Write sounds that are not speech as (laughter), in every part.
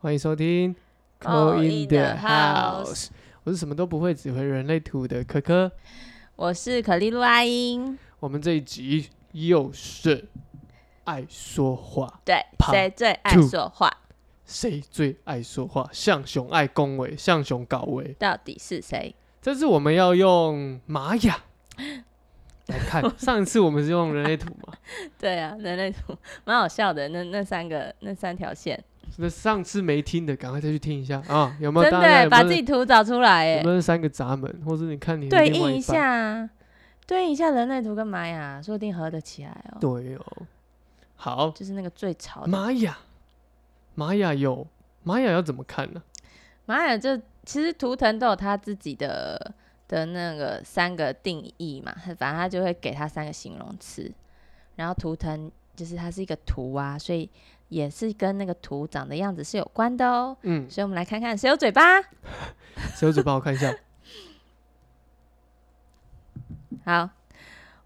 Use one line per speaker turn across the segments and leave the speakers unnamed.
欢迎收听
Call in the house
我是什么都不会，只会人类图的科科。
我是可丽露阿英，
我们这一集又是爱说话，
对，
Part
谁最爱
two
说话？
谁最爱说话？象熊爱恭维，象熊搞维。
到底是谁？
这次我们要用玛
(laughs)
雅来看，上一次我们是用人类图嘛？
对啊，人类图蛮好笑的，那那三个那三条线，
那上次没听的，赶快再去听一下啊！有没有
真
大
的
家
耶
有
把
没
自己
有
图找出来
有
耶
没，有三个闸门，或者你看你的
对
另外
应一
半
下啊，对应一下人类图跟玛雅，说不定合得起来哦。
对哦，好，
就是那个最潮的
玛雅，玛雅有玛雅要怎么看呢、
玛雅就，其实图腾都有他自己的的那个三个定义嘛，反正他就会给他三个形容词，然后图腾就是它是一个图啊，所以也是跟那个图长的样子是有关的哦。
嗯，
所以我们来看看谁有嘴巴。
谁有嘴帮我看一
(laughs)
下。
好，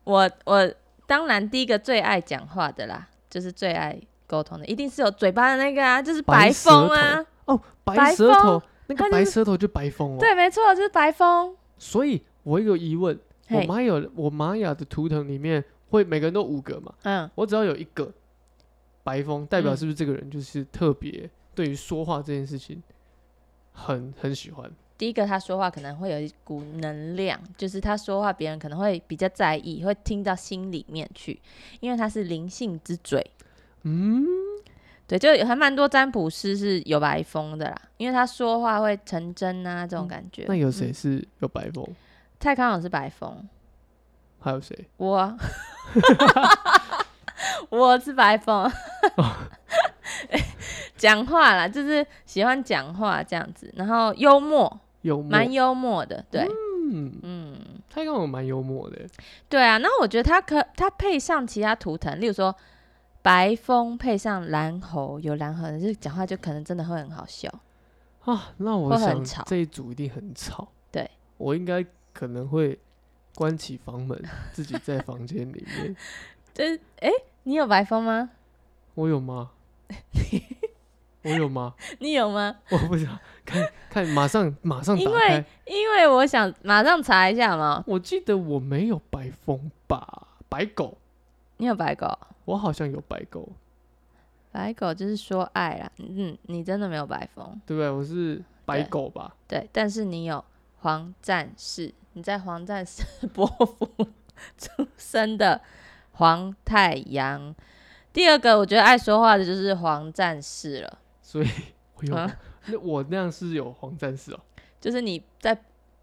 我我当然第一个最爱讲话的啦，就是最爱沟通的，一定是有嘴巴的那个啊，就是
白
白
舌
风啊，
哦，白
白
舌头，那
它
个
就
白
是
舌头就白风哦。
对，没错，就是白风。
所以我有一个疑问，我
嘿，
玛雅我玛雅的图腾里面会每个人都五个嘛？
嗯，
我只要有一个白风，代表
嗯
是不是这个人就是特别对于说话这件事情很很喜欢？
第一个他说话可能会有一股能量，就是他说话别人可能会比较在意，会听到心里面去，因为他是灵性之嘴。
嗯，
对，就有还蛮多占卜师是有白风的啦，因为他说话会成真啊，这种感觉。
那有
嗯
谁是有白风？
蔡康永是白风，
还有谁？(laughs)
我啊我是白风，
哦
(laughs) 讲话啦，就是喜欢讲话这样子，然后幽默，
幽默？
蛮幽默的，对，
嗯，
嗯。
他跟我蛮幽默的。
对啊，那我觉得它可它配上其他图腾，例如说白风配上蓝猴，有蓝猴，就是讲话就可能真的会很好笑。
啊，那我
会很
想
吵
这一组一定很吵。
对，
我应该可能会关起房门，自己在房间里面。
就是哎，你有白风吗？
我有吗？我有吗？
你有吗？
我不知道，看看，马上马上
因
打
为
开。
因为我想马上查一下嘛，
我记得我没有白风吧，白狗，
你有白狗？
我好像有白狗，
白狗就是说爱啦，嗯，你真的没有白风，
对不对？我是白
对
狗吧？
对，但是你有黄战士，你在黄战士伯父出生的黄太阳。第二个，我觉得爱说话的就是黄战士了。
所
(laughs)
以我有。
啊
那我那样是有黄战士哦，
就是你在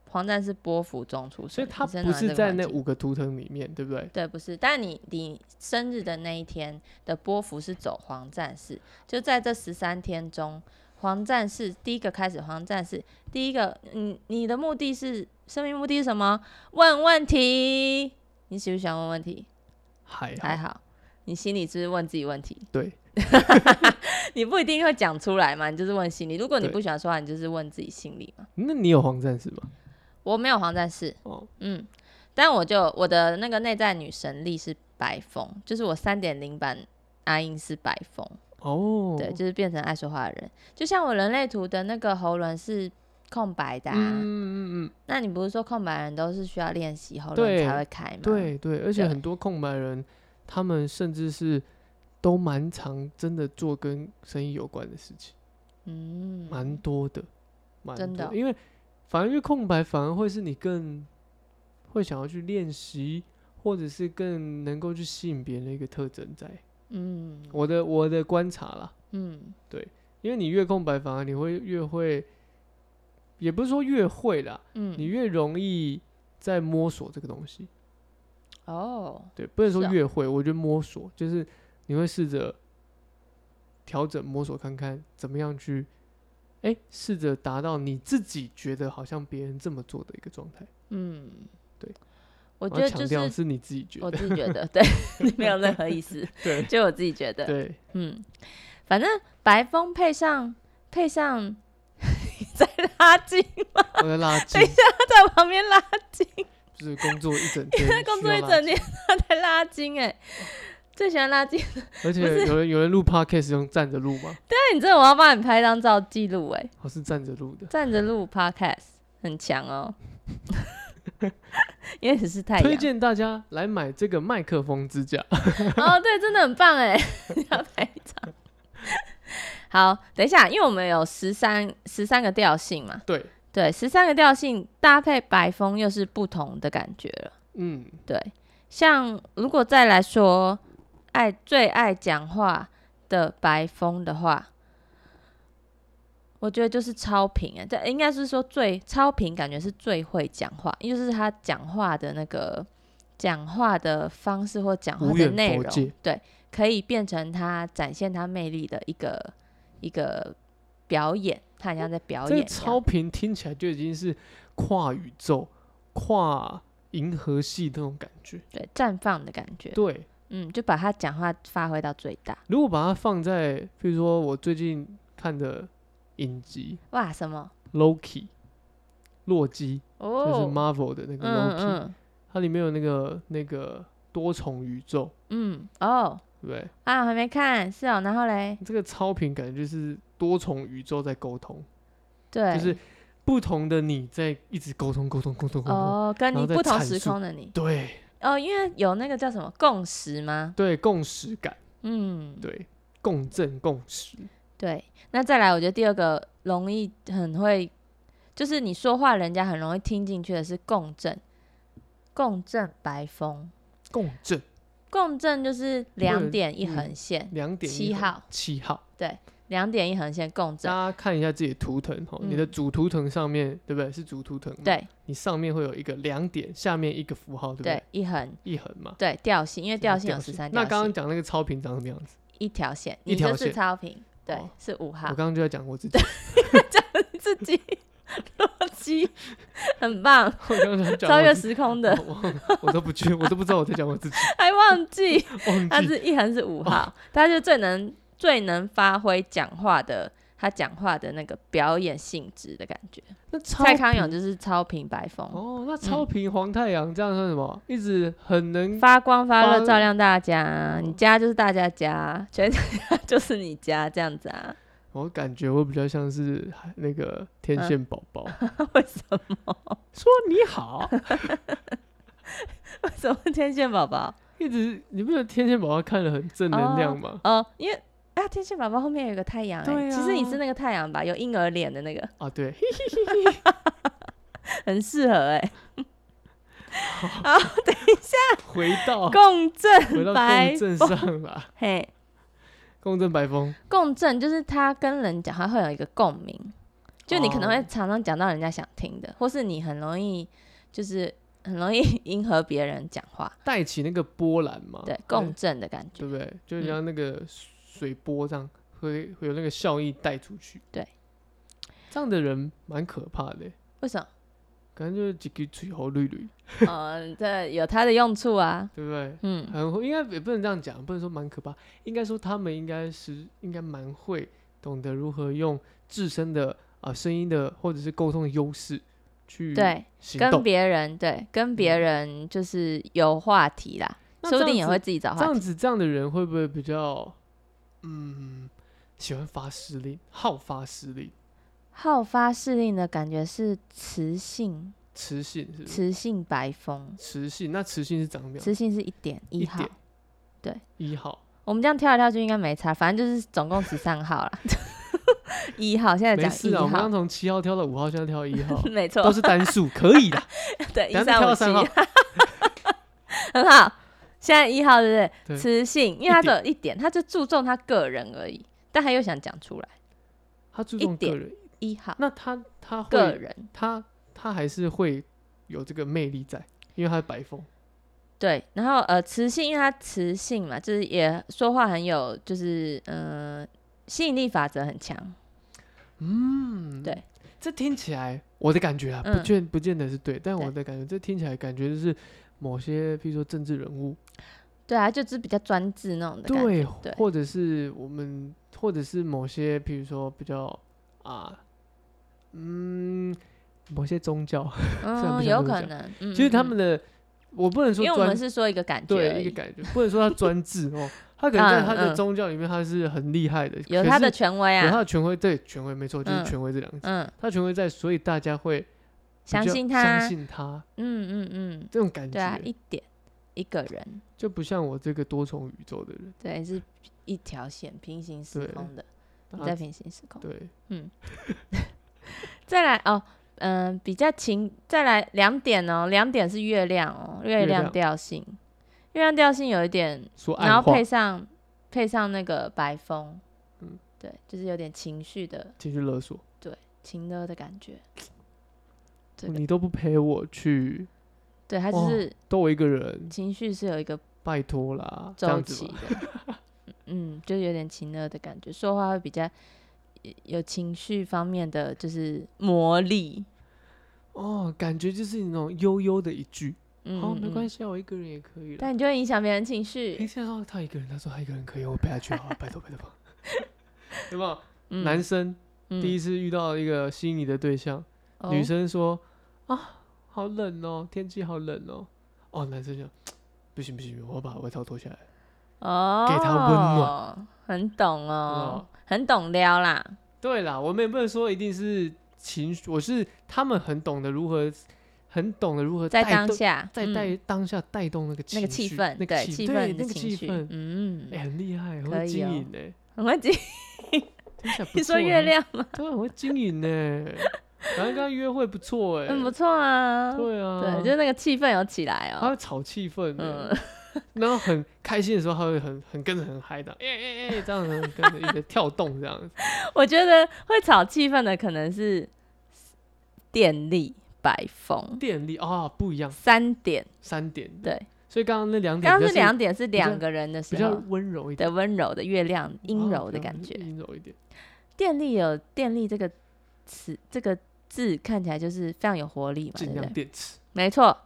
黄战士波幅中出
所
生，
以它
你生
不
长
是
这个
在
环
那
境
五个图腾里面，对不对？
对，不是，但你你生日的那一天的波幅是走黄战士，就在这十三天中，黄战士第一个开始，黄战士第一个，你你的目的是生命目的是什么？问问题，你喜不喜欢问问题？
还好，
还好，你心里是不是问自己问题， (laughs)
对，
你不一定会讲出来嘛，你就是问心里。如果你
对
不喜欢说话，你就是问自己心里嘛。
那你有黄战士吗？
我没有黄战士，
哦，
嗯，但我就我的那个内在女神力是白风，就是我三点零版阿英是白风，
哦，
对，就是变成爱说话的人。就像我人类图的那个喉轮是空白的、啊，
嗯嗯嗯
那你不是说空白的人都是需要练习喉轮才会开吗？
嗯，，对对，而且
对
很多空白人，他们甚至是都蛮常真的做跟生意有关的事情，
嗯，
蛮多的，蛮
真的
多
哦
因为反而因为空白反而会是你更会想要去练习，或者是更能够去吸引别人的一个特征在，
嗯
我的我的观察啦，
嗯，
因为你越空白，反而你会越会，也不是说越会啦，
嗯，
你越容易在摸索这个东西。
哦，
对，不能说
是啊
越会，我觉得摸索就是你会试着调整、摸索，看看怎么样去，哎、试着达到你自己觉得好像别人这么做的一个状态。
嗯，
对，
我觉
要
得
强
就
调
是
是你自己觉
我
得，
自己觉
(laughs)
得，对， (laughs) 没有任何意思，
对
就我自己觉得，
对，
嗯，反正白风配上配上 (laughs) 你在拉筋，
我在
(laughs)
拉筋，
他在旁边拉筋， (laughs)
就是工作一整天需要拉筋，
工作一整天他在拉筋哎、最喜欢拉近。
而且有人有人录 podcast 用站着录吗？
那哎你这我要帮你拍张照记录哎，
我是站着录的。
站着录 podcast 很强哦， (laughs) 因为你是太
推
阳。
荐大家来买这个麦克风支架。
哦，对，真的很
(laughs)
棒哎，要拍一张。好，等一下，因为我们有十三十三个调性嘛，
对，
对，十三个调性搭配白风又是不同的感觉了。
嗯，
对，像如果再来说爱最爱讲话的白风的话，我觉得就是超频哎，这应该是说最超频，感觉是最会讲话，因为就是他讲话的那个讲话的方式或讲话
无
的
远
内
佛
容
界，
对，可以变成他展现他魅力的一个一个表演，他好像在表
这
演一
个
样。
超频听起来就已经是跨宇宙、跨银河系那种感觉。
对绽放的感觉，
对，
嗯，就把他讲话发挥到最大。
如果把它放在，譬如说我最近看的影集
哇，什么？
《Loki》，洛基，
哦，
就是 Marvel 的那个 Loki，、
嗯
它里面有那个那个多重宇宙，
嗯嗯，哦
对不对？
啊，我还没看，是哦，然后嘞，
这个超频感觉就是多重宇宙在沟通，
对，
就是不同的你在一直沟通、沟通、沟通、沟通。
哦，跟
然后
你
再
不同
阐
时
述
空的你，
对
哦，因为有那个叫什么共识吗？
对，共识感，
嗯，
对，共振共识，
对。那再来，我觉得第二个容易很会，就是你说话人家很容易听进去的是共振，共振白风，
共振
嗯共振就是两点一
嗯
横线，
两点
七
一横
号，
七号。
两点一横线共
大
振，
家看一下自己的图腾哈，你的
嗯
主图腾上面对不对？是主图腾嘛，
对
你上面会有一个两点，下面一个符号，对不对
对？，一横，
一横嘛，
对调性，因为调性有十三
那
调
刚刚
性，
讲那个超频长什么样子？
一条线，
一
你
条
就是
线
超频，对
哦，
是五
我
号
刚。刚就在讲我自己，
(laughs) 自己逻辑很棒，
我刚刚在讲哦
超越
我自己
时空的，
我我我都不去，我都不知道我在讲我自己，
(laughs) 还忘记他
忘记哦
是一横是五号，他就最能最能发挥讲话的他讲话的那个表演性质的感觉。
那超
蔡康永
频
就是超平白风，
哦，那超频黄太阳这样算什么？一直很能
发光发热
发
照亮大家，你
哦
家就是大家家，全家就是你家这样子啊？ (laughs)
我感觉我比较像是那个天线宝宝，
(laughs) 为什么？
说你好，
为什么天线宝宝？
一直你不觉得天线宝宝看了很正能量吗？
哦，因为。啊，天线宝宝后面有一个太阳、欸，
对
其实你
啊
是那个太阳吧？有婴儿脸的那个，
啊，对，
很适合哎、
回
(laughs)
到
共
哦回
振
到
白
共振上啦，
嘿，
共振
(laughs)
白风
共振就是他跟人讲话会有一个共鸣，就你可能会
哦
常常讲到人家想听的，或是你很容易就是很容易 (laughs) 迎合别人讲话，
带起那个波澜嘛，
对，共振的感觉
哦对，不对？就像那个水波这样，会会有那个效益带出去。
嗯对，
这样的人蛮可怕的欸，
为什么？
感觉就是几个嘴猴绿绿，
嗯、这有它的用处啊，
对不对？
嗯，
很会应该也不能这样讲，不能说蛮可怕，应该说他们应该是应该蛮会懂得如何用自身的啊、声音的或者是沟通的优势去
对，
行
跟
动。嗯
别人对，跟别人就是有话题啦，
那
说不
这样
定也
子
会自己找
这
话
样
题，
子，这样的人会不会比较，嗯，喜欢发施令，好发施令，
好发势令的感觉是磁性，
磁性是不是？
磁性白风，
磁性，那磁性是长什么样？
磁性是一点一
一
号
点。一号，
我们这样跳来跳去应该没差，反正就是总共十三号啦。 (laughs) 一号现在
没
讲
事
一
啊，我们
号，
刚，从七号跳到五号，现在跳到一号
(laughs) 没
都
错，
是单数，可
(laughs)
以的。
对，一
等下再
三
跳到
五七 (laughs)
三号，
很好。现在一号对不对？
对
磁性，因为
一
他只
点
有一点，他就注重他个人而已，但他又想讲出来。
他注
一
重个
点
人，
一号
那他他
个
会
人，
他他还是会有这个魅力在，因为他是白风，
对，然后呃，磁性，因为他磁性嘛，就是也说话很有，就是嗯、呃吸引力法则很强。
嗯，
对。
这听起来，我的感觉啊，
嗯
不见不见得是对，但
对
我的感觉，这听起来感觉就是某些，譬如说政治人物，
对啊，就是比较专制那种的感觉。
对，
对
或者是我们，或者是某些，譬如说比较啊，嗯，某些宗教，这样
嗯，
比较
有
能
可
讲
能。嗯
其实他
嗯
们的我不能
因
说
为我
专
们是说一个感觉而
对一
已
个，感觉，不能说他专制哦，他可能在
嗯
他的
嗯
宗教里面他是很厉害的，
有
可
他
是
的权威
有他
啊，
的权威，对权威没错，就是
嗯
权威这两个字，
嗯，
他权威在，所以大家会比
相
较
信
相
他，
信他
嗯嗯嗯，
这种感
对啊，
觉，
一点一个人，
就不像我这个多重宇宙的人，
对，是一条线平行时
对
空的，
大
你
家
在平行时空。
对
再来哦，嗯、比较情，再来两点哦，两点是月亮哦，月
月
亮
亮
调性，月亮调性有一点，
说
然
暗
后
话
配，上配上那个白风，嗯
嗯，
对，就是有点情绪的
情绪勒索，
情勒的感觉。这个
你都不陪我去，
对，它就
哇
是
都我一个人，
情绪是有一个
拜托啦，这
周
样子
期
吧
的， (laughs) 嗯，就是有点情勒的感觉，说话会比较有情绪方面的就是魔力。
哦，感觉就是那种悠悠的一句，
嗯，
好，没关
系，
系啊，我一个人也可以啦。
但你就会影响别人情绪
平。时说他一个人，他说他一个人可以，我陪他去好了，拜托拜托吧。
(laughs)
有没有？
嗯
男生
嗯
第一次遇到一个心仪的对象，
哦
女生说啊，好冷哦，天气好冷哦。哦，男生想，不行不行，我要把外套脱下来。
哦，
给他温暖，
很懂哦，很懂撩啦。
对啦，我们也不能说一定是情绪，我是他们很懂得如何，很懂得如何
在
带
当
动
下，
在
嗯
带当下带动那个
那
情
个
绪
气氛，
那个
对
气
气
对
氛
那
的
个
情
气
绪
氛，，
嗯
哎，，很厉害，很
可
会
以
经
哦
营哎。
很会经。
听
(laughs)
起来不
你说
错
月
啊
亮，
对，很会经营呢、
(laughs)
然后跟他约会不错哎、
嗯，不错啊，
对啊，
对，就是那个气氛有起来
他
哦
会，炒气氛、欸，
嗯，
(laughs) 然后很开心的时候，他会很很跟着很嗨的，哎哎哎，这样子跟着一直跳动这样子。
我觉得会炒气氛的可能是电力、白风
电力啊、不一样，
三点，
三点的，
对，
所以刚刚那两点
刚
比较
刚是
是
两点是
比较
两个人的
比
时
较
候
温柔一点，
的温柔的月亮，阴
哦
柔的
比较
感觉，
阴柔一点。
电力有电力这个词，这个字看起来就是非常有活力嘛，对
尽
不
量
对？
电池，
没错，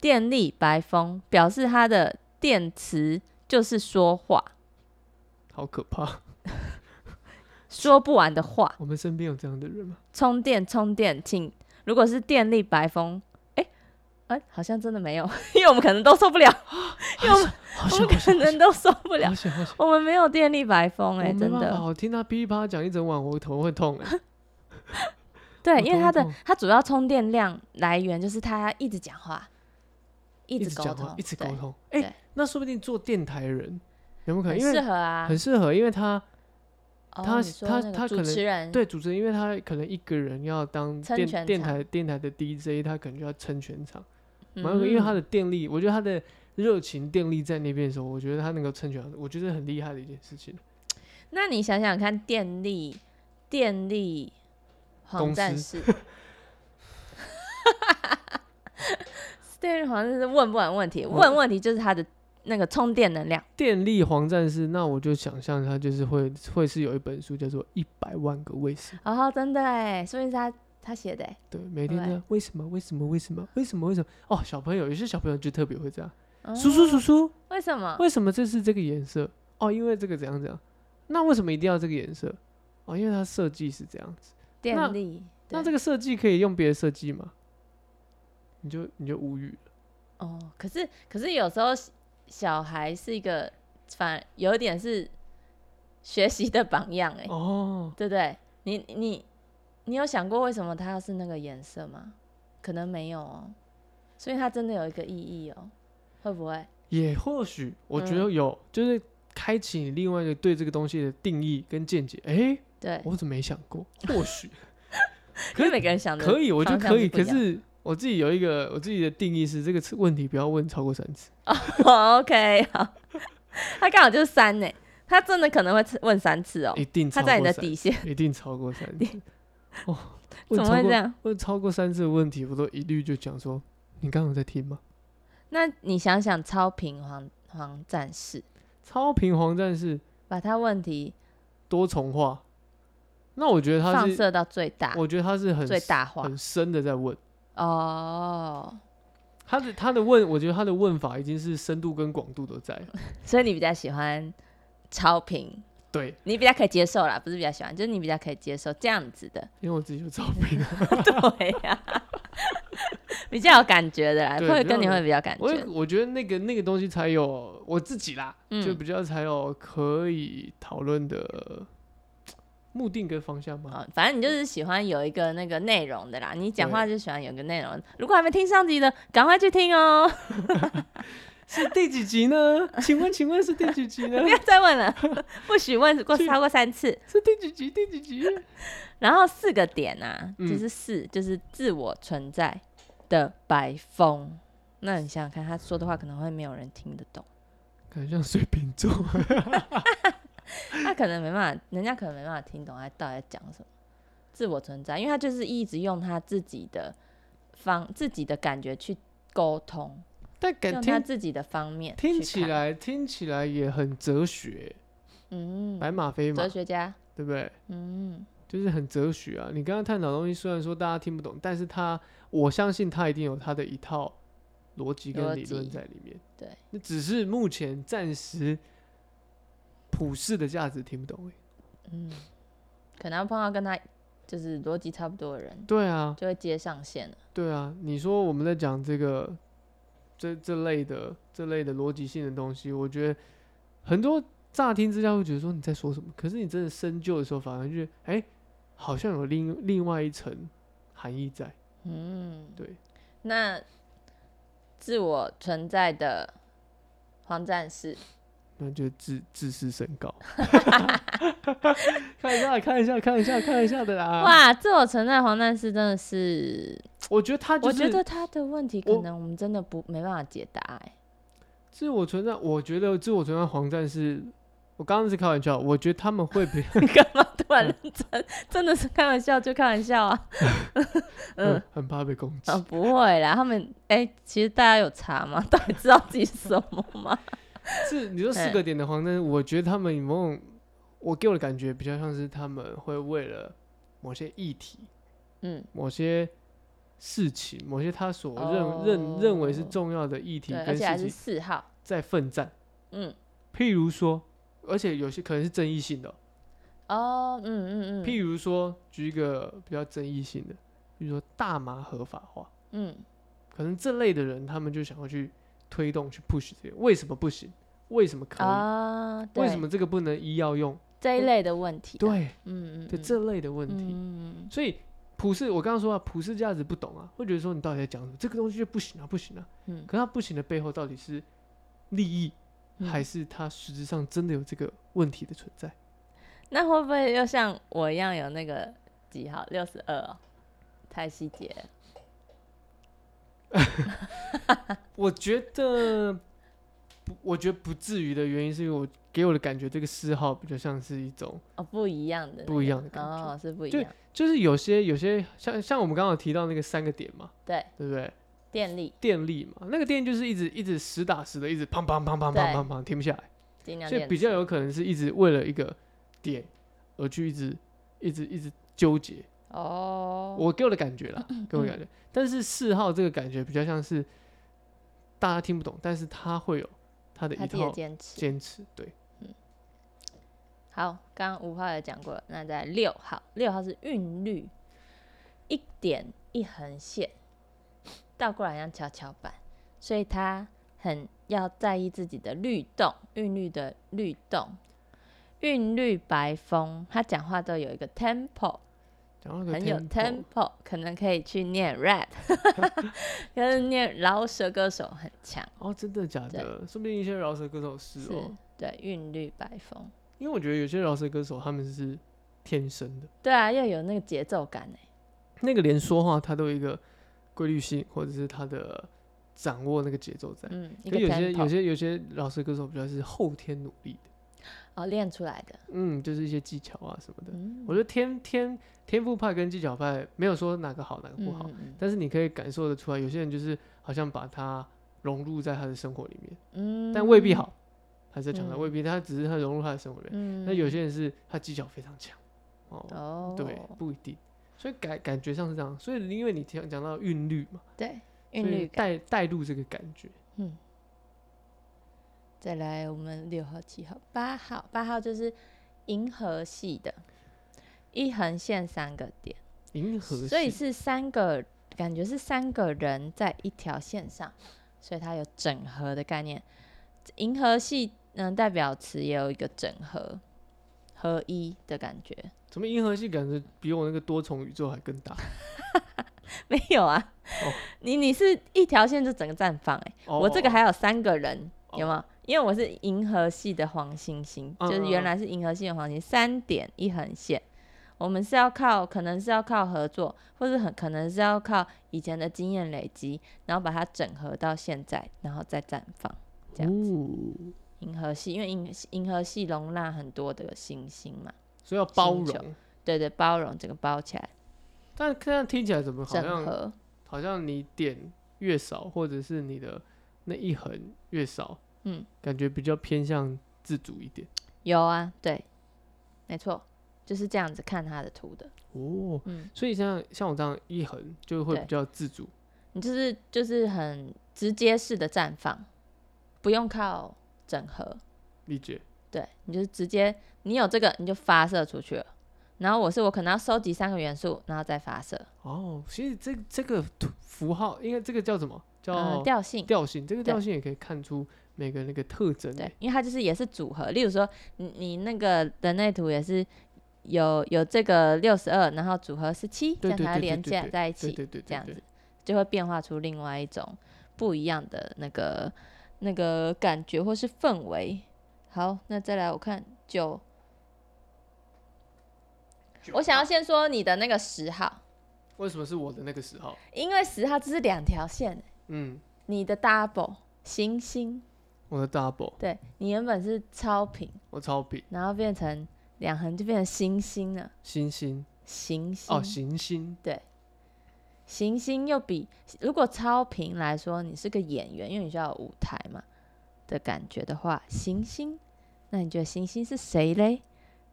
电力白风表示它的电池就是说话，
好可怕！
说不完的话，
我们身边有这样的人吗？
充电充电，请如果是电力白风，哎、哎、好像真的没有，因为我们可能都受不了， (laughs) 因为我们
(laughs) 好
(laughs) 我
想，
们
好
可
想，好
能都受不
想，好，
了
想，好想。
我们没有电力白风、
我
哎，
没
真
办法，
的，
我听他噼里啪啦讲一整晚，我头会痛哎、
对，
我
因为它的
懂我懂
它主要充电量来源就是它一直讲话， (laughs) 一
一
直沟
讲
通
话，，一直沟
对，
通。哎、
对
那说不定做电台的人有没有可能？
很
因
适
为
合啊，
很适合，因为他
哦
他
你说
他
那个
他可
主
能
持人
对主持人，因为他可能一个人要当
撑
电
全
电
场
台电台的 DJ，他可能就要撑全场。
嗯，
然后、因为他的电力，我觉得他的热情电力在那边的时候，我觉得他能够撑全场，我觉得很厉害的一件事情。
那你想想看，电力电力黄
公
战士
司，
电力黄战士问不完问题，
我
问问题就是他的那个充电能量。
电力黄战士，那我就想象他就是会会是有一本书叫做《一百万个为什么
然后真的哎，说明是他他写的哎》，
对，每天都
对
在为什么为什么为什么为什么为什么哦，小朋友有些小朋友就特别会这样，，
嗯
叔叔叔叔，
为什么？
为什么这是这个颜色？哦，因为这个怎样怎样。那为什么一定要这个颜色？哦，因为它设计是这样子。那
电力？
那这
对
个设计可以用别的设计吗？你就你就无语了。
哦，可是可是有时候小孩是一个反有点是学习的榜样哎，
哦，
对不对？你你你有想过为什么它要是那个颜色吗？可能没有哦，所以它真的有一个意义哦，会不会？
也或许我觉
嗯
得有，就是开启你另外一个对这个东西的定义跟见解。诶，
对，
我怎么没想过？
(laughs)
或许
因为每个人想的
可以，我觉得可以。
方
可
向不一
是我自己有一个我自己的定义是，这个问题不要问超过三次。
哦 OK 好，他刚好就是三呢，他真的可能会次问三次哦，
一定超
他
过
在你的
三
底线，
一定超过三
(laughs)
次。哦，
怎
问
么
超
会
过
这样？
问超过三次的问题，我都一律就讲说，你刚刚有在听吗？
那你想想，超频黄黄战士
超频黄战士
把他问题
多重化，那我觉得他
放
是，
射到最大
我觉得他是很
最大化
很深的在问。
哦，
他的他的问，我觉得他的问法已经是深度跟广度都
(laughs)
在了。
所以你比较喜欢超频，
对，
你比较可以接受啦，不是比较喜欢，就是 (laughs) 你比较可以接受这样子的，
啊
(laughs)
因为我自己就超频，
对呀、比较有感觉的啦，
对
会
比
跟你
较
会比较感
我也
觉。
我觉得那个那个东西才有我自己啦，
嗯
就比较才有可以讨论的目的跟方向嘛。
啊、反正你就是喜欢有一个那个内容的啦，你讲
对
话就喜欢有一个内容。如果还没听上集的，赶快去
(laughs)
听哦，
是 (laughs) 第几集呢？请问请问是第几
(laughs)
集呢
不？要再问了，不许问过
去
超过三次。
是第几集？第几集？
然后四个点啊，
嗯
就是四，就是自我存在的白风。那你想想看，他说的话可能会没有人听得懂，
感觉像水瓶座。
他可能没办法，人家可能没办法听懂他到底在讲什么。自我存在，因为他就是一直用他自己的方、自己的感觉去沟通，
但感
用他
听
自己的方面
听
去
起
看，
来听起来也很哲学，
嗯，
白马非马
哲，学家，
对不对？
嗯，
就是很哲学啊。你刚刚探讨的东西，虽然说大家听不懂，但是他我相信他一定有他的一套逻辑
逻
跟理论
辑
在里面。
对，
那只是目前暂时普世的价值听不懂而已。
嗯，可能要碰到跟他就是逻辑差不多的人，
对啊，
就会接上线了。
对啊。你说我们在讲这个这这类的这类的逻辑性的东西，我觉得很多乍听之下会觉得说你在说什么，可是你真的深究的时候，反而觉得哎、好像有另另外一层含义在。
嗯，
对。
那自我存在的黄战士，
那就自自视身
(laughs)
高， (laughs) 看一下，看一下，看一下，看一下的啦。
哇，自我存在的黄战士真的是，
我觉得他就
我觉
是
得他的问题
我
可能我们真的不没办法解答、欸。
(laughs) 自我存在，我觉得自我存在黄战士，我刚刚是开玩笑，我觉得他们会比，
你干嘛突然认真？真的是开玩笑就开玩笑
(laughs)
啊。嗯
嗯，，很怕被攻击
啊、。不会啦，他们哎、其实大家有查吗？ (laughs) 到底知道自己是什么吗？
是你说四个点的黄战士，我觉得他们某种，我给我的感觉比较像是他们会为了某些议题、
嗯，
某些事情、某些他所认、认认为是
哦
重要的议题
对，而
跟
且还
事
是
情
四号，
在奋战。
嗯，
譬如说，而且有些可能是争议性的哦、
哦，嗯嗯嗯，
譬如说，举一个比较争议性的，比如说大麻合法化，
嗯，
可能这类的人他们就想要去推动、去 push 这个，为什么不行？为什么可以？
啊，
为
对
什么这个不能医药用？
这一类的问题啊？
对
嗯，嗯嗯，
对，这类的问题。
嗯，
所以普世，我刚刚说啊，普世价值不懂啊，会觉得说你到底在讲什么？这个东西就不行啊，不行啊。
嗯
可它不行的背后到底是利益，
嗯
还是它实质上真的有这个问题的存在？
那会不会又像我一样有那个几号六十二？哦太细节了，
我觉得不，我觉得不至于的原因是因为我给我的感觉，这个嗜好比较像是一种，
哦，不一样的那个，
不一样的感觉
哦，是不一
就
样。
就是有些有些像像我们刚刚有提到那个三个点嘛，
对，
对不对？
电力
电力嘛，那个电就是一直一直实打实的，一直砰砰砰砰
对
砰砰砰停不下来，
尽量
所以
电
比较
池
有可能是一直为了一个点而去一直一直一直纠结。
哦，嗯
我给我的感觉啦，给我的感觉。但是四号这个感觉比较像是大家听不懂，但是他会有他的
他
一
自己的
套
坚持。
坚持，对。
好，刚刚五号也讲过了，那在六号，六号是韵律，一点一横线，倒过来像跷跷板，所以他很要在意自己的律动，韵律的律动，韵律白风，他讲话都有一个 tempo，
讲到个
很有
tempo
tempo，可能可以去念 rap，可是念饶舌歌手很强，
哦，真的假
对
的？说不定一些饶舌歌手是
是
哦，
对，韵律白风，
因为我觉得有些饶舌歌手他们是天生的，
对啊，要有那个节奏感哎，
那个连说话他都有一个规律性，或者是他的掌握那个节奏在。
嗯，一
可
个
有些
tempo
有。些有些饶舌歌手比较是后天努力的，
哦，练出来的。
嗯，就是一些技巧啊什么的。
嗯，
我觉得天天天赋派跟技巧派没有说哪个好哪个不好，
嗯
但是你可以感受得出来，有些人就是好像把它融入在他的生活里面，
嗯
但未必。好。还是强调
嗯
未必，他只是他融入他的生活里面。
嗯
那有些人是他技巧非常强，哦，
哦，
对，不一定，所以感感觉上是这样。所以因为你讲讲到韵律嘛，
对，
所
韵
以
律感。
带带入这个感觉，
嗯，再来我们六号、七号、八号，八号就是银河系的，一横线三个点，
银河
所以
系
是三个感觉是三个人在一条线上，所以它有整合的概念。银河系嗯、代表词也有一个整合、合一的感觉，
怎么银河系感觉比我那个多重宇宙还更大？
没有啊？
哦
你你是一条线就整个绽放哎、
哦
(laughs) 我这个还有三个人，
哦
有没有？因为我是银河系的黄星星，
嗯
就是原来是银河系的黄星，三点一横线。我们是要靠，可能是要靠合作，或者很可能是要靠以前的经验累积，然后把它整合到现在，然后再绽放。这样
哦
银河系，因为银银河系容纳很多的星星嘛，
所以要包
星球
容。
对对，包容整个包起来，
但这样听起来怎么好
整
像
合。
好像你点越少，或者是你的那一横越少，
嗯，
感觉比较偏向自主一点。
有啊，对，没错，就是这样子看它的图的。
哦，
嗯，
所以像像我这样一横就会
对
比较自主，
你就是就是很直接式的绽放，不用靠整合，
理解？
对你就是直接你有这个你就发射出去了。然后我是我可能要收集三个元素，然后再发射，
哦，其实这这个图符号，应该这个叫什么？
嗯，
叫
调性。
哦调性。这个
对
调性也可以看出每个人那个特征。欸
对，，因为它就是也是组合，例如说你你那个人类图也是有有这个六十二，然后组合十七，
对
这样
对
才
对
连
对
接在一
对
起，
对对，
这样
对
子。就会变化出另外一种不一样的那个那个感觉或是氛围。好，那再来我看九，我想要先说你的那个十号，
为什么是我的那个十号？
因为十号这是两条线，
嗯，
你的 double 行星，
我的 double，
对你原本是超频，
我超比
然后变成两横就变成星星了，
星星
行星
哦，行星
行星又比如果超频来说，你是个演员，因为你需要有舞台嘛的感觉的话，行星，那你觉得行星是谁嘞？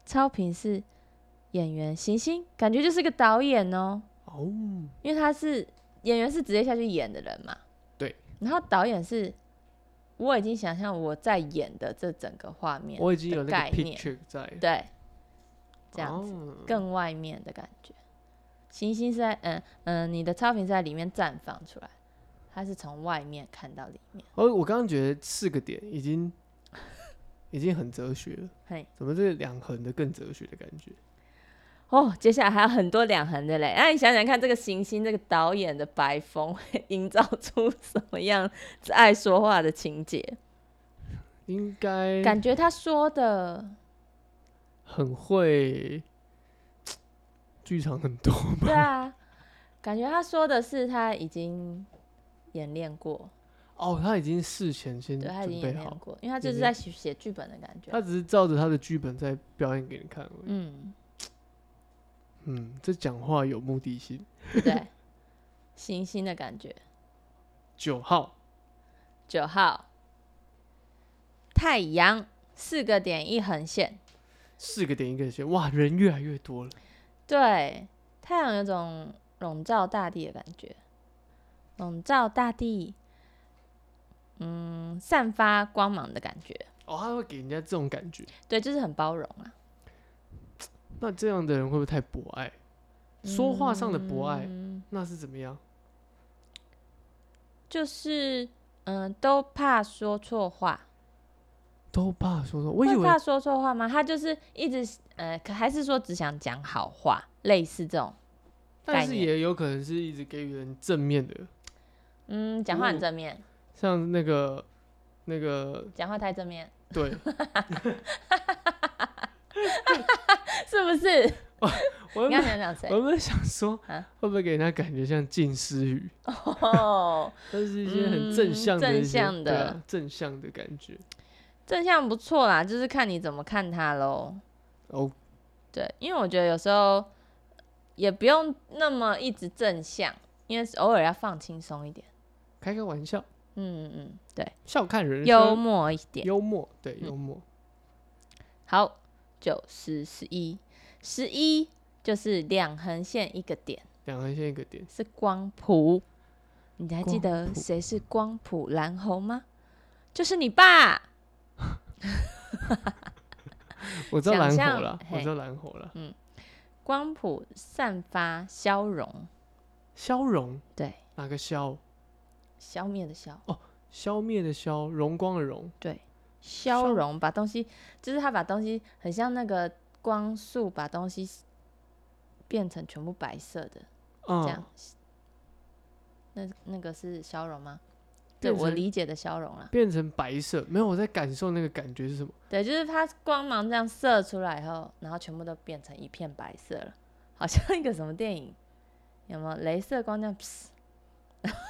超频是演员，行星感觉就是个导演哦，
哦，
因为他是演员是直接下去演的人嘛。
对。
然后导演是，我已经想象我在演的这整个画面，
我已经有那
概
个
念
picture 在了，
对，这样子。
哦
更外面的感觉。行星是在嗯嗯、呃你的超频是在里面绽放出来，它是从外面看到里面。
哦，我刚刚觉得四个点已经已经很哲学了，
嘿，
怎么这两横的更哲学的感觉？
哦，接下来还有很多两横的嘞。那、你想想看，这个行星这个导演的白风 (laughs) 会营造出什么样爱说话的情节？
应该
感觉他说的，
很会，剧场很多 (laughs)
对啊，感觉他说的是他已经演练过，
哦，他已经事前先
对他已
准
经
备
演练
好，
过，因为他就
演
是
练
在写写剧本的感觉。
他只是照着他的剧本在表演给你看而已。
嗯。
嗯，这讲话有目的性。
对不对？星星的感觉。
九号
九号，太阳四个点一横线，
四个点一个线，哇，人越来越多了。
对，太阳有种笼罩大地的感觉，笼罩大地，嗯，散发光芒的感觉，
哦，他会给人家这种感觉。
对，就是很包容啊。
那这样的人会不会太博爱？说话上的博爱，
嗯
那是怎么样？
就是嗯，都怕说错话，
都怕说说，我以
会
为
怕说错话吗？他就是一直呃，可还是说只想讲好话，类似这种。概
但是
念
也有可能是一直给予人正面的，
嗯，讲话很
嗯
正面，
像那个那个
讲话太正面， (laughs)
对
是不是？
我
你
原
刚
本
想讲
我 (laughs)
谁？
原本想说
啊
会不会给人家感觉像近思语，
哦，
但是一些很正向的
嗯
一些、
正向的
对啊正向的感觉。
正向不错啦，就是看你怎么看他喽。
哦，
对，因为我觉得有时候也不用那么一直正向，因为偶尔要放轻松一点。
开个玩笑，
嗯嗯，对，
笑看人
幽
生，
默一点。
幽默，对
嗯
幽默。
好，九十十一，十一就是两横线一个点，
两横线一个点，
是光谱。你还记
光
得
谱
谁是光谱蓝猴吗？就是你爸。
我知道蓝
想
火
象
了，
嘿
我知道蓝火了。
光谱散发消融，
消融，
对，
哪个消？
消灭的消，
消灭的消，荣光的荣。
对，消
消
融把东西，就是他把东西很像那个光速把东西变成全部白色的这样
嗯，，
那那个是消融吗？对
变
我
成
理解的消融啦，
变成白色，没有我在感受那个感觉是什么？
对，就是它光芒这样射出来以后，然后全部都变成一片白色了，好像一个什么电影，有没有？镭射光这样，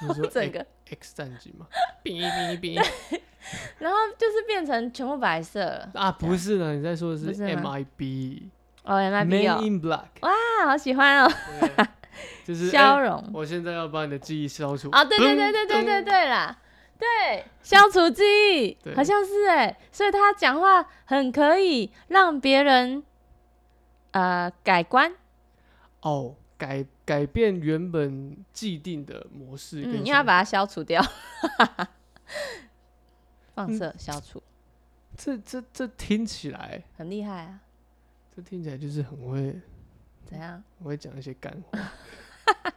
你说
(laughs) 整个
X 战警吗？哔哔哔
然后就是变成全部白色了。
啊，不是呢，你在说的
不
是
是吗
MIB
哦，M I
Man
B 哦，
in Black，
啊，好喜欢哦，
对
(laughs)
就是
消
哎
融。
我现在要把你的记忆消除。
哦，对对
噔
对对对对
噔
对啦，对，消除记忆，
对
好像是哎，所以他讲话很可以让别人呃改观，
哦，改改变原本既定的模式跟想法，
嗯，因为要把它消除掉， (laughs) 放
嗯
射消除，
这这这听起来，
很厉害啊，
这听起来就是很会 (laughs)
怎样？
很会讲一些干话。
(laughs)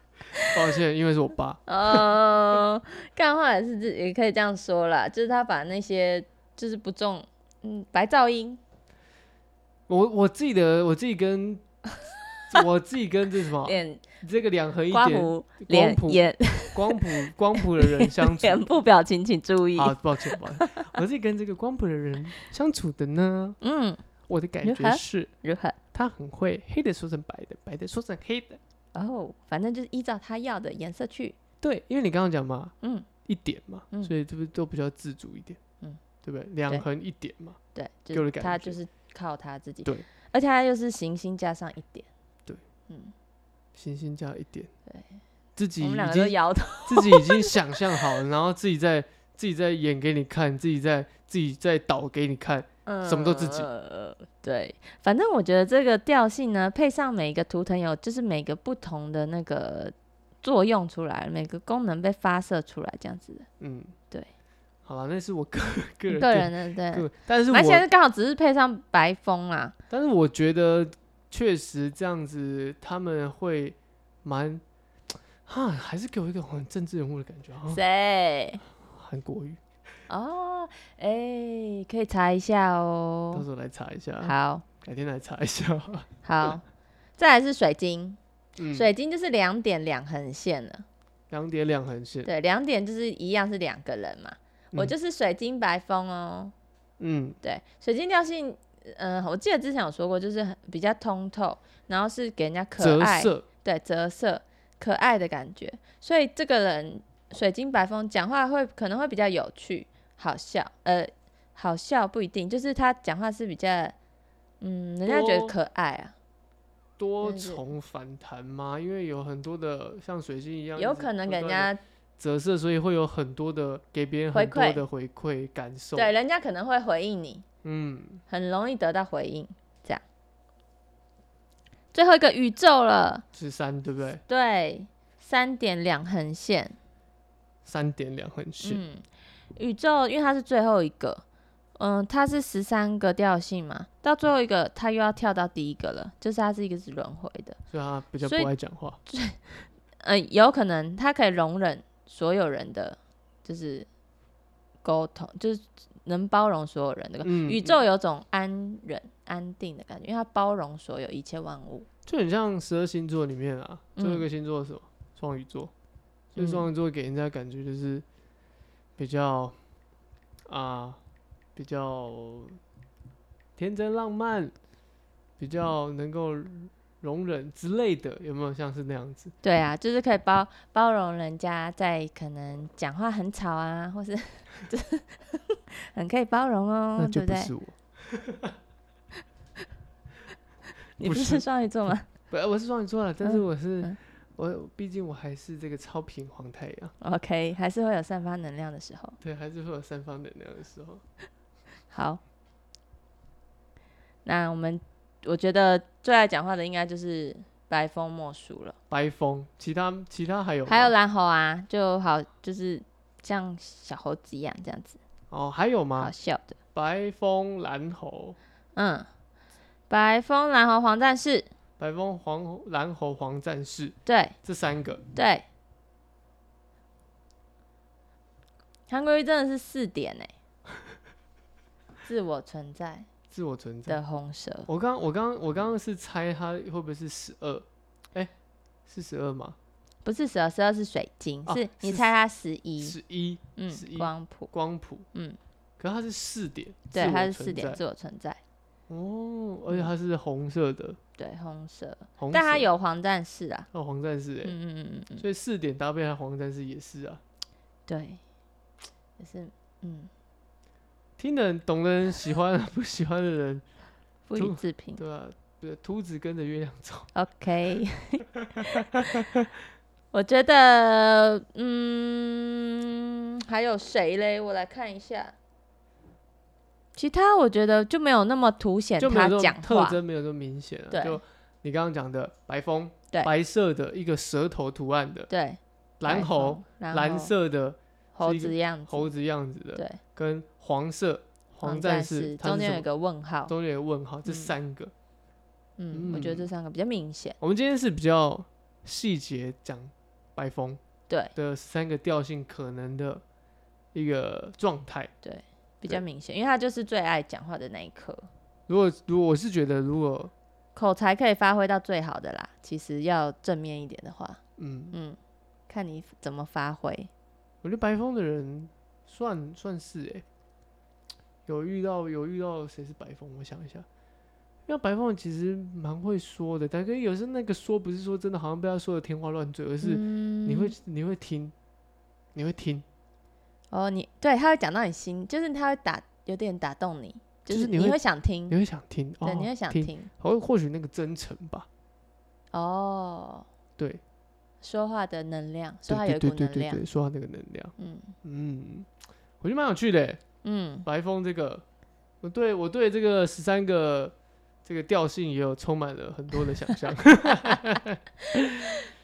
抱歉，因为是我爸。
哦，干话也是自也可以这样说啦，就是他把那些就是不重，嗯，白噪音，
我我自己的我自己跟我自己跟这什么
脸
这个两合一
刮
点
胡，
光
脸
谱
眼
光谱 (laughs) 光谱的人相处。
脸部表情请注意，
好，抱歉抱歉，我自己跟这个光谱的人相处的呢，
嗯，
我的感
如
觉
何
是
如何？
他很会黑的说成白的，白的说成黑的。
哦，反正就是依照他要的颜色去。
对，因为你刚刚讲嘛，
嗯，
一点嘛，
嗯
所以这不都比较自主一点，
嗯，
对不对？两横一点嘛，
对，
给
就
我
是
的感
他
觉
就是靠他自己。
对，
而且他又是行星加上一点。
对，
嗯，
星星加一点，
对，
自己
我们
已
两个都
经
摇头。
(laughs) 自己已经想象好了，然后自己在自己在演给你看，自己在自己在导给你看，
嗯，
什么都自己
(laughs) 对，反正我觉得这个调性呢，配上每一个图腾有，就是每个不同的那个作用出来，每个功能被发射出来，这样子的。
嗯，
对，
好了，那是我个个人
个人的对。
个，但是我
而且是刚好只是配上白风啦，
但是我觉得确实这样子他们会蛮。哈，还是给我一种很政治人物的感觉啊！
谁？
韩国语，
哦，哎、可以查一下
到
哦。
时候来查一下，
好
改天来查一下。
好，再来是水晶，
嗯，
水晶就是两点两横线了。
两点两横线，
对，两点就是一样是两个人嘛。我
嗯
就是水晶白风哦。
嗯，
对，水晶调性，嗯、我记得之前有说过，就是很比较通透，然后是给人家可
折
爱，
射，
对，折射可爱的感觉。所以这个人水晶白风讲话会可能会比较有趣、好笑，呃，好笑不一定，就是他讲话是比较，嗯，人家觉得
多
可爱啊，
多
就是
重反弹吗？因为有很多的像水晶一样，
有
一直
可能
不
给人
断地
家
折射，所以会有很多的给别人
回
很多
馈
的回馈感受。
对，，人家可能会回应你，
嗯，
很容易得到回应，这样。最后一个宇宙了，
是三对不对？
对，三点两横线，
三点两横线，
嗯，宇宙因为它是最后一个，嗯，它是十三个调性嘛，到最后一个它又要跳到第一个了，就是它是一个是轮回的，
所以他比较
所以
不爱讲话。
呃，有可能它可以容忍所有人的，就是沟通，就是能包容所有人的。
嗯，
宇宙有种安忍、安定的感觉，因为它包容所有一切万物。
就很像十二星座里面啊，最后一
嗯
个星座是什么？双鱼座。所以双鱼座给人家感觉就是比较啊，比较天真浪漫，比较能够容忍之类的，有没有像是那样子？
对啊，就是可以包包容人家在可能讲话很吵啊，或是 (laughs) 就是很可以包容哦，
那就
对
不
对？
是我，
(laughs) 你
不
不
是
是 (laughs) 双鱼座吗？
不，我是双鱼座了，但是
嗯
我是、
嗯
我，毕竟我还是这个超频黄太阳，
OK，还是会有散发能量的时候。
对，还是会有三方能量的时候。
好，那我们我觉得最爱讲话的应该就是白风莫属了，
白风，其他其他还有
还有
吗
蓝猴啊，就好就是像小猴子一样这样子，
哦，还有
好
吗？
笑的。
白风蓝猴。
嗯，白风蓝猴黄战士，
白风黄蓝猴黄战士
对
这三个，
对，韩国瑜真的是四点哎、自我存在
自我存在。
的红蛇，
我刚我刚我刚刚是猜他会不会是十二？哎，是十二吗？
不是蛇，蛇是水晶，
哦
是你
是
猜它十一，
十一
嗯
11，
光谱，
光谱，
嗯，
可是它是四点，
对，
自我
它是
存
四点
在
自我存在，
哦，而且它是红色的，
对，红蛇，
红
但它
色
有黄战士啊，
哦黄战士
嗯
哎、
嗯嗯嗯嗯，
所以四点搭配它黄战士也是啊，
对，也是，嗯，
听的人懂的人喜欢 (laughs) 不喜欢的人
不予
就
置评
对啊，对，秃子跟着月亮走， (laughs)
，OK，我觉得，嗯，还有谁嘞？我来看一下。其他我觉得就没有那么凸显
就没有
他
这
讲
种特
话，
征没有这么明显啊，
对
就你刚刚讲的白风，
对
白色的一个蛇头图案的
对，
蓝猴，
白头，
蓝
后
色的
猴
一个
子样子，
猴子样子的，
对，
跟黄色黄战
战
士，它
中
是
间
什
有一
么？
个问号，
中间有个问号，这
嗯
三个。
嗯，我觉得这三个比较明显，
我们今天是比较细节讲白风
对
的三个调性可能的一个状态。
对，比较明显，因为他就是最爱讲话的那一刻，
如果如果我是觉得，如果
口才可以发挥到最好的啦。其实要正面一点的话，
嗯，
嗯，看你怎么发挥。
我觉得白风的人算算是哎、有遇到有遇到谁是白风？我想一下，因为白风其实蛮会说的，但是有时候那个说不是说真的，好像被他说的天花乱坠，而是
嗯
你会、你会听，你会听，
哦，你对他会讲到你心，就是他会打有点打动你，就
就是是你
你
会
会想听
你，会想听，
对，
哦
你会想
听，
听。
或或许那个真诚吧，
哦，
对。
说话的能量，说话有
对
一股
对对
能
对
量，
对，说他那个能量，
嗯
嗯，我觉得蛮有趣的欸。
嗯，
白风这个，我对我对这个十三个这个调性也有充满了很多的想象。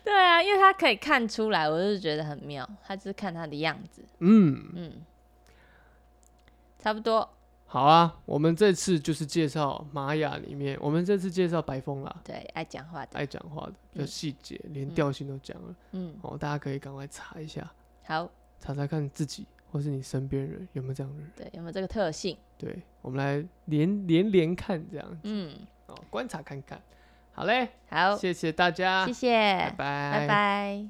对啊，因为他可以看出来，我就觉得很妙，他就是看他的样子，
嗯，
嗯，差不多，
好啊，我们这次就是介绍玛雅里面，我们这次介绍白风啦，
对，爱讲话的，
爱讲话的，比较
嗯
细节，连
嗯
调性都讲了。
嗯，
哦，大家可以赶快查一下，
好，
查查看自己或是你身边人有没有这样的人。
对，有没有这个特性？
对，我们来连连连看这样
嗯，
哦，观察看看。好嘞，
好，
谢谢大家，
谢谢，
拜
拜拜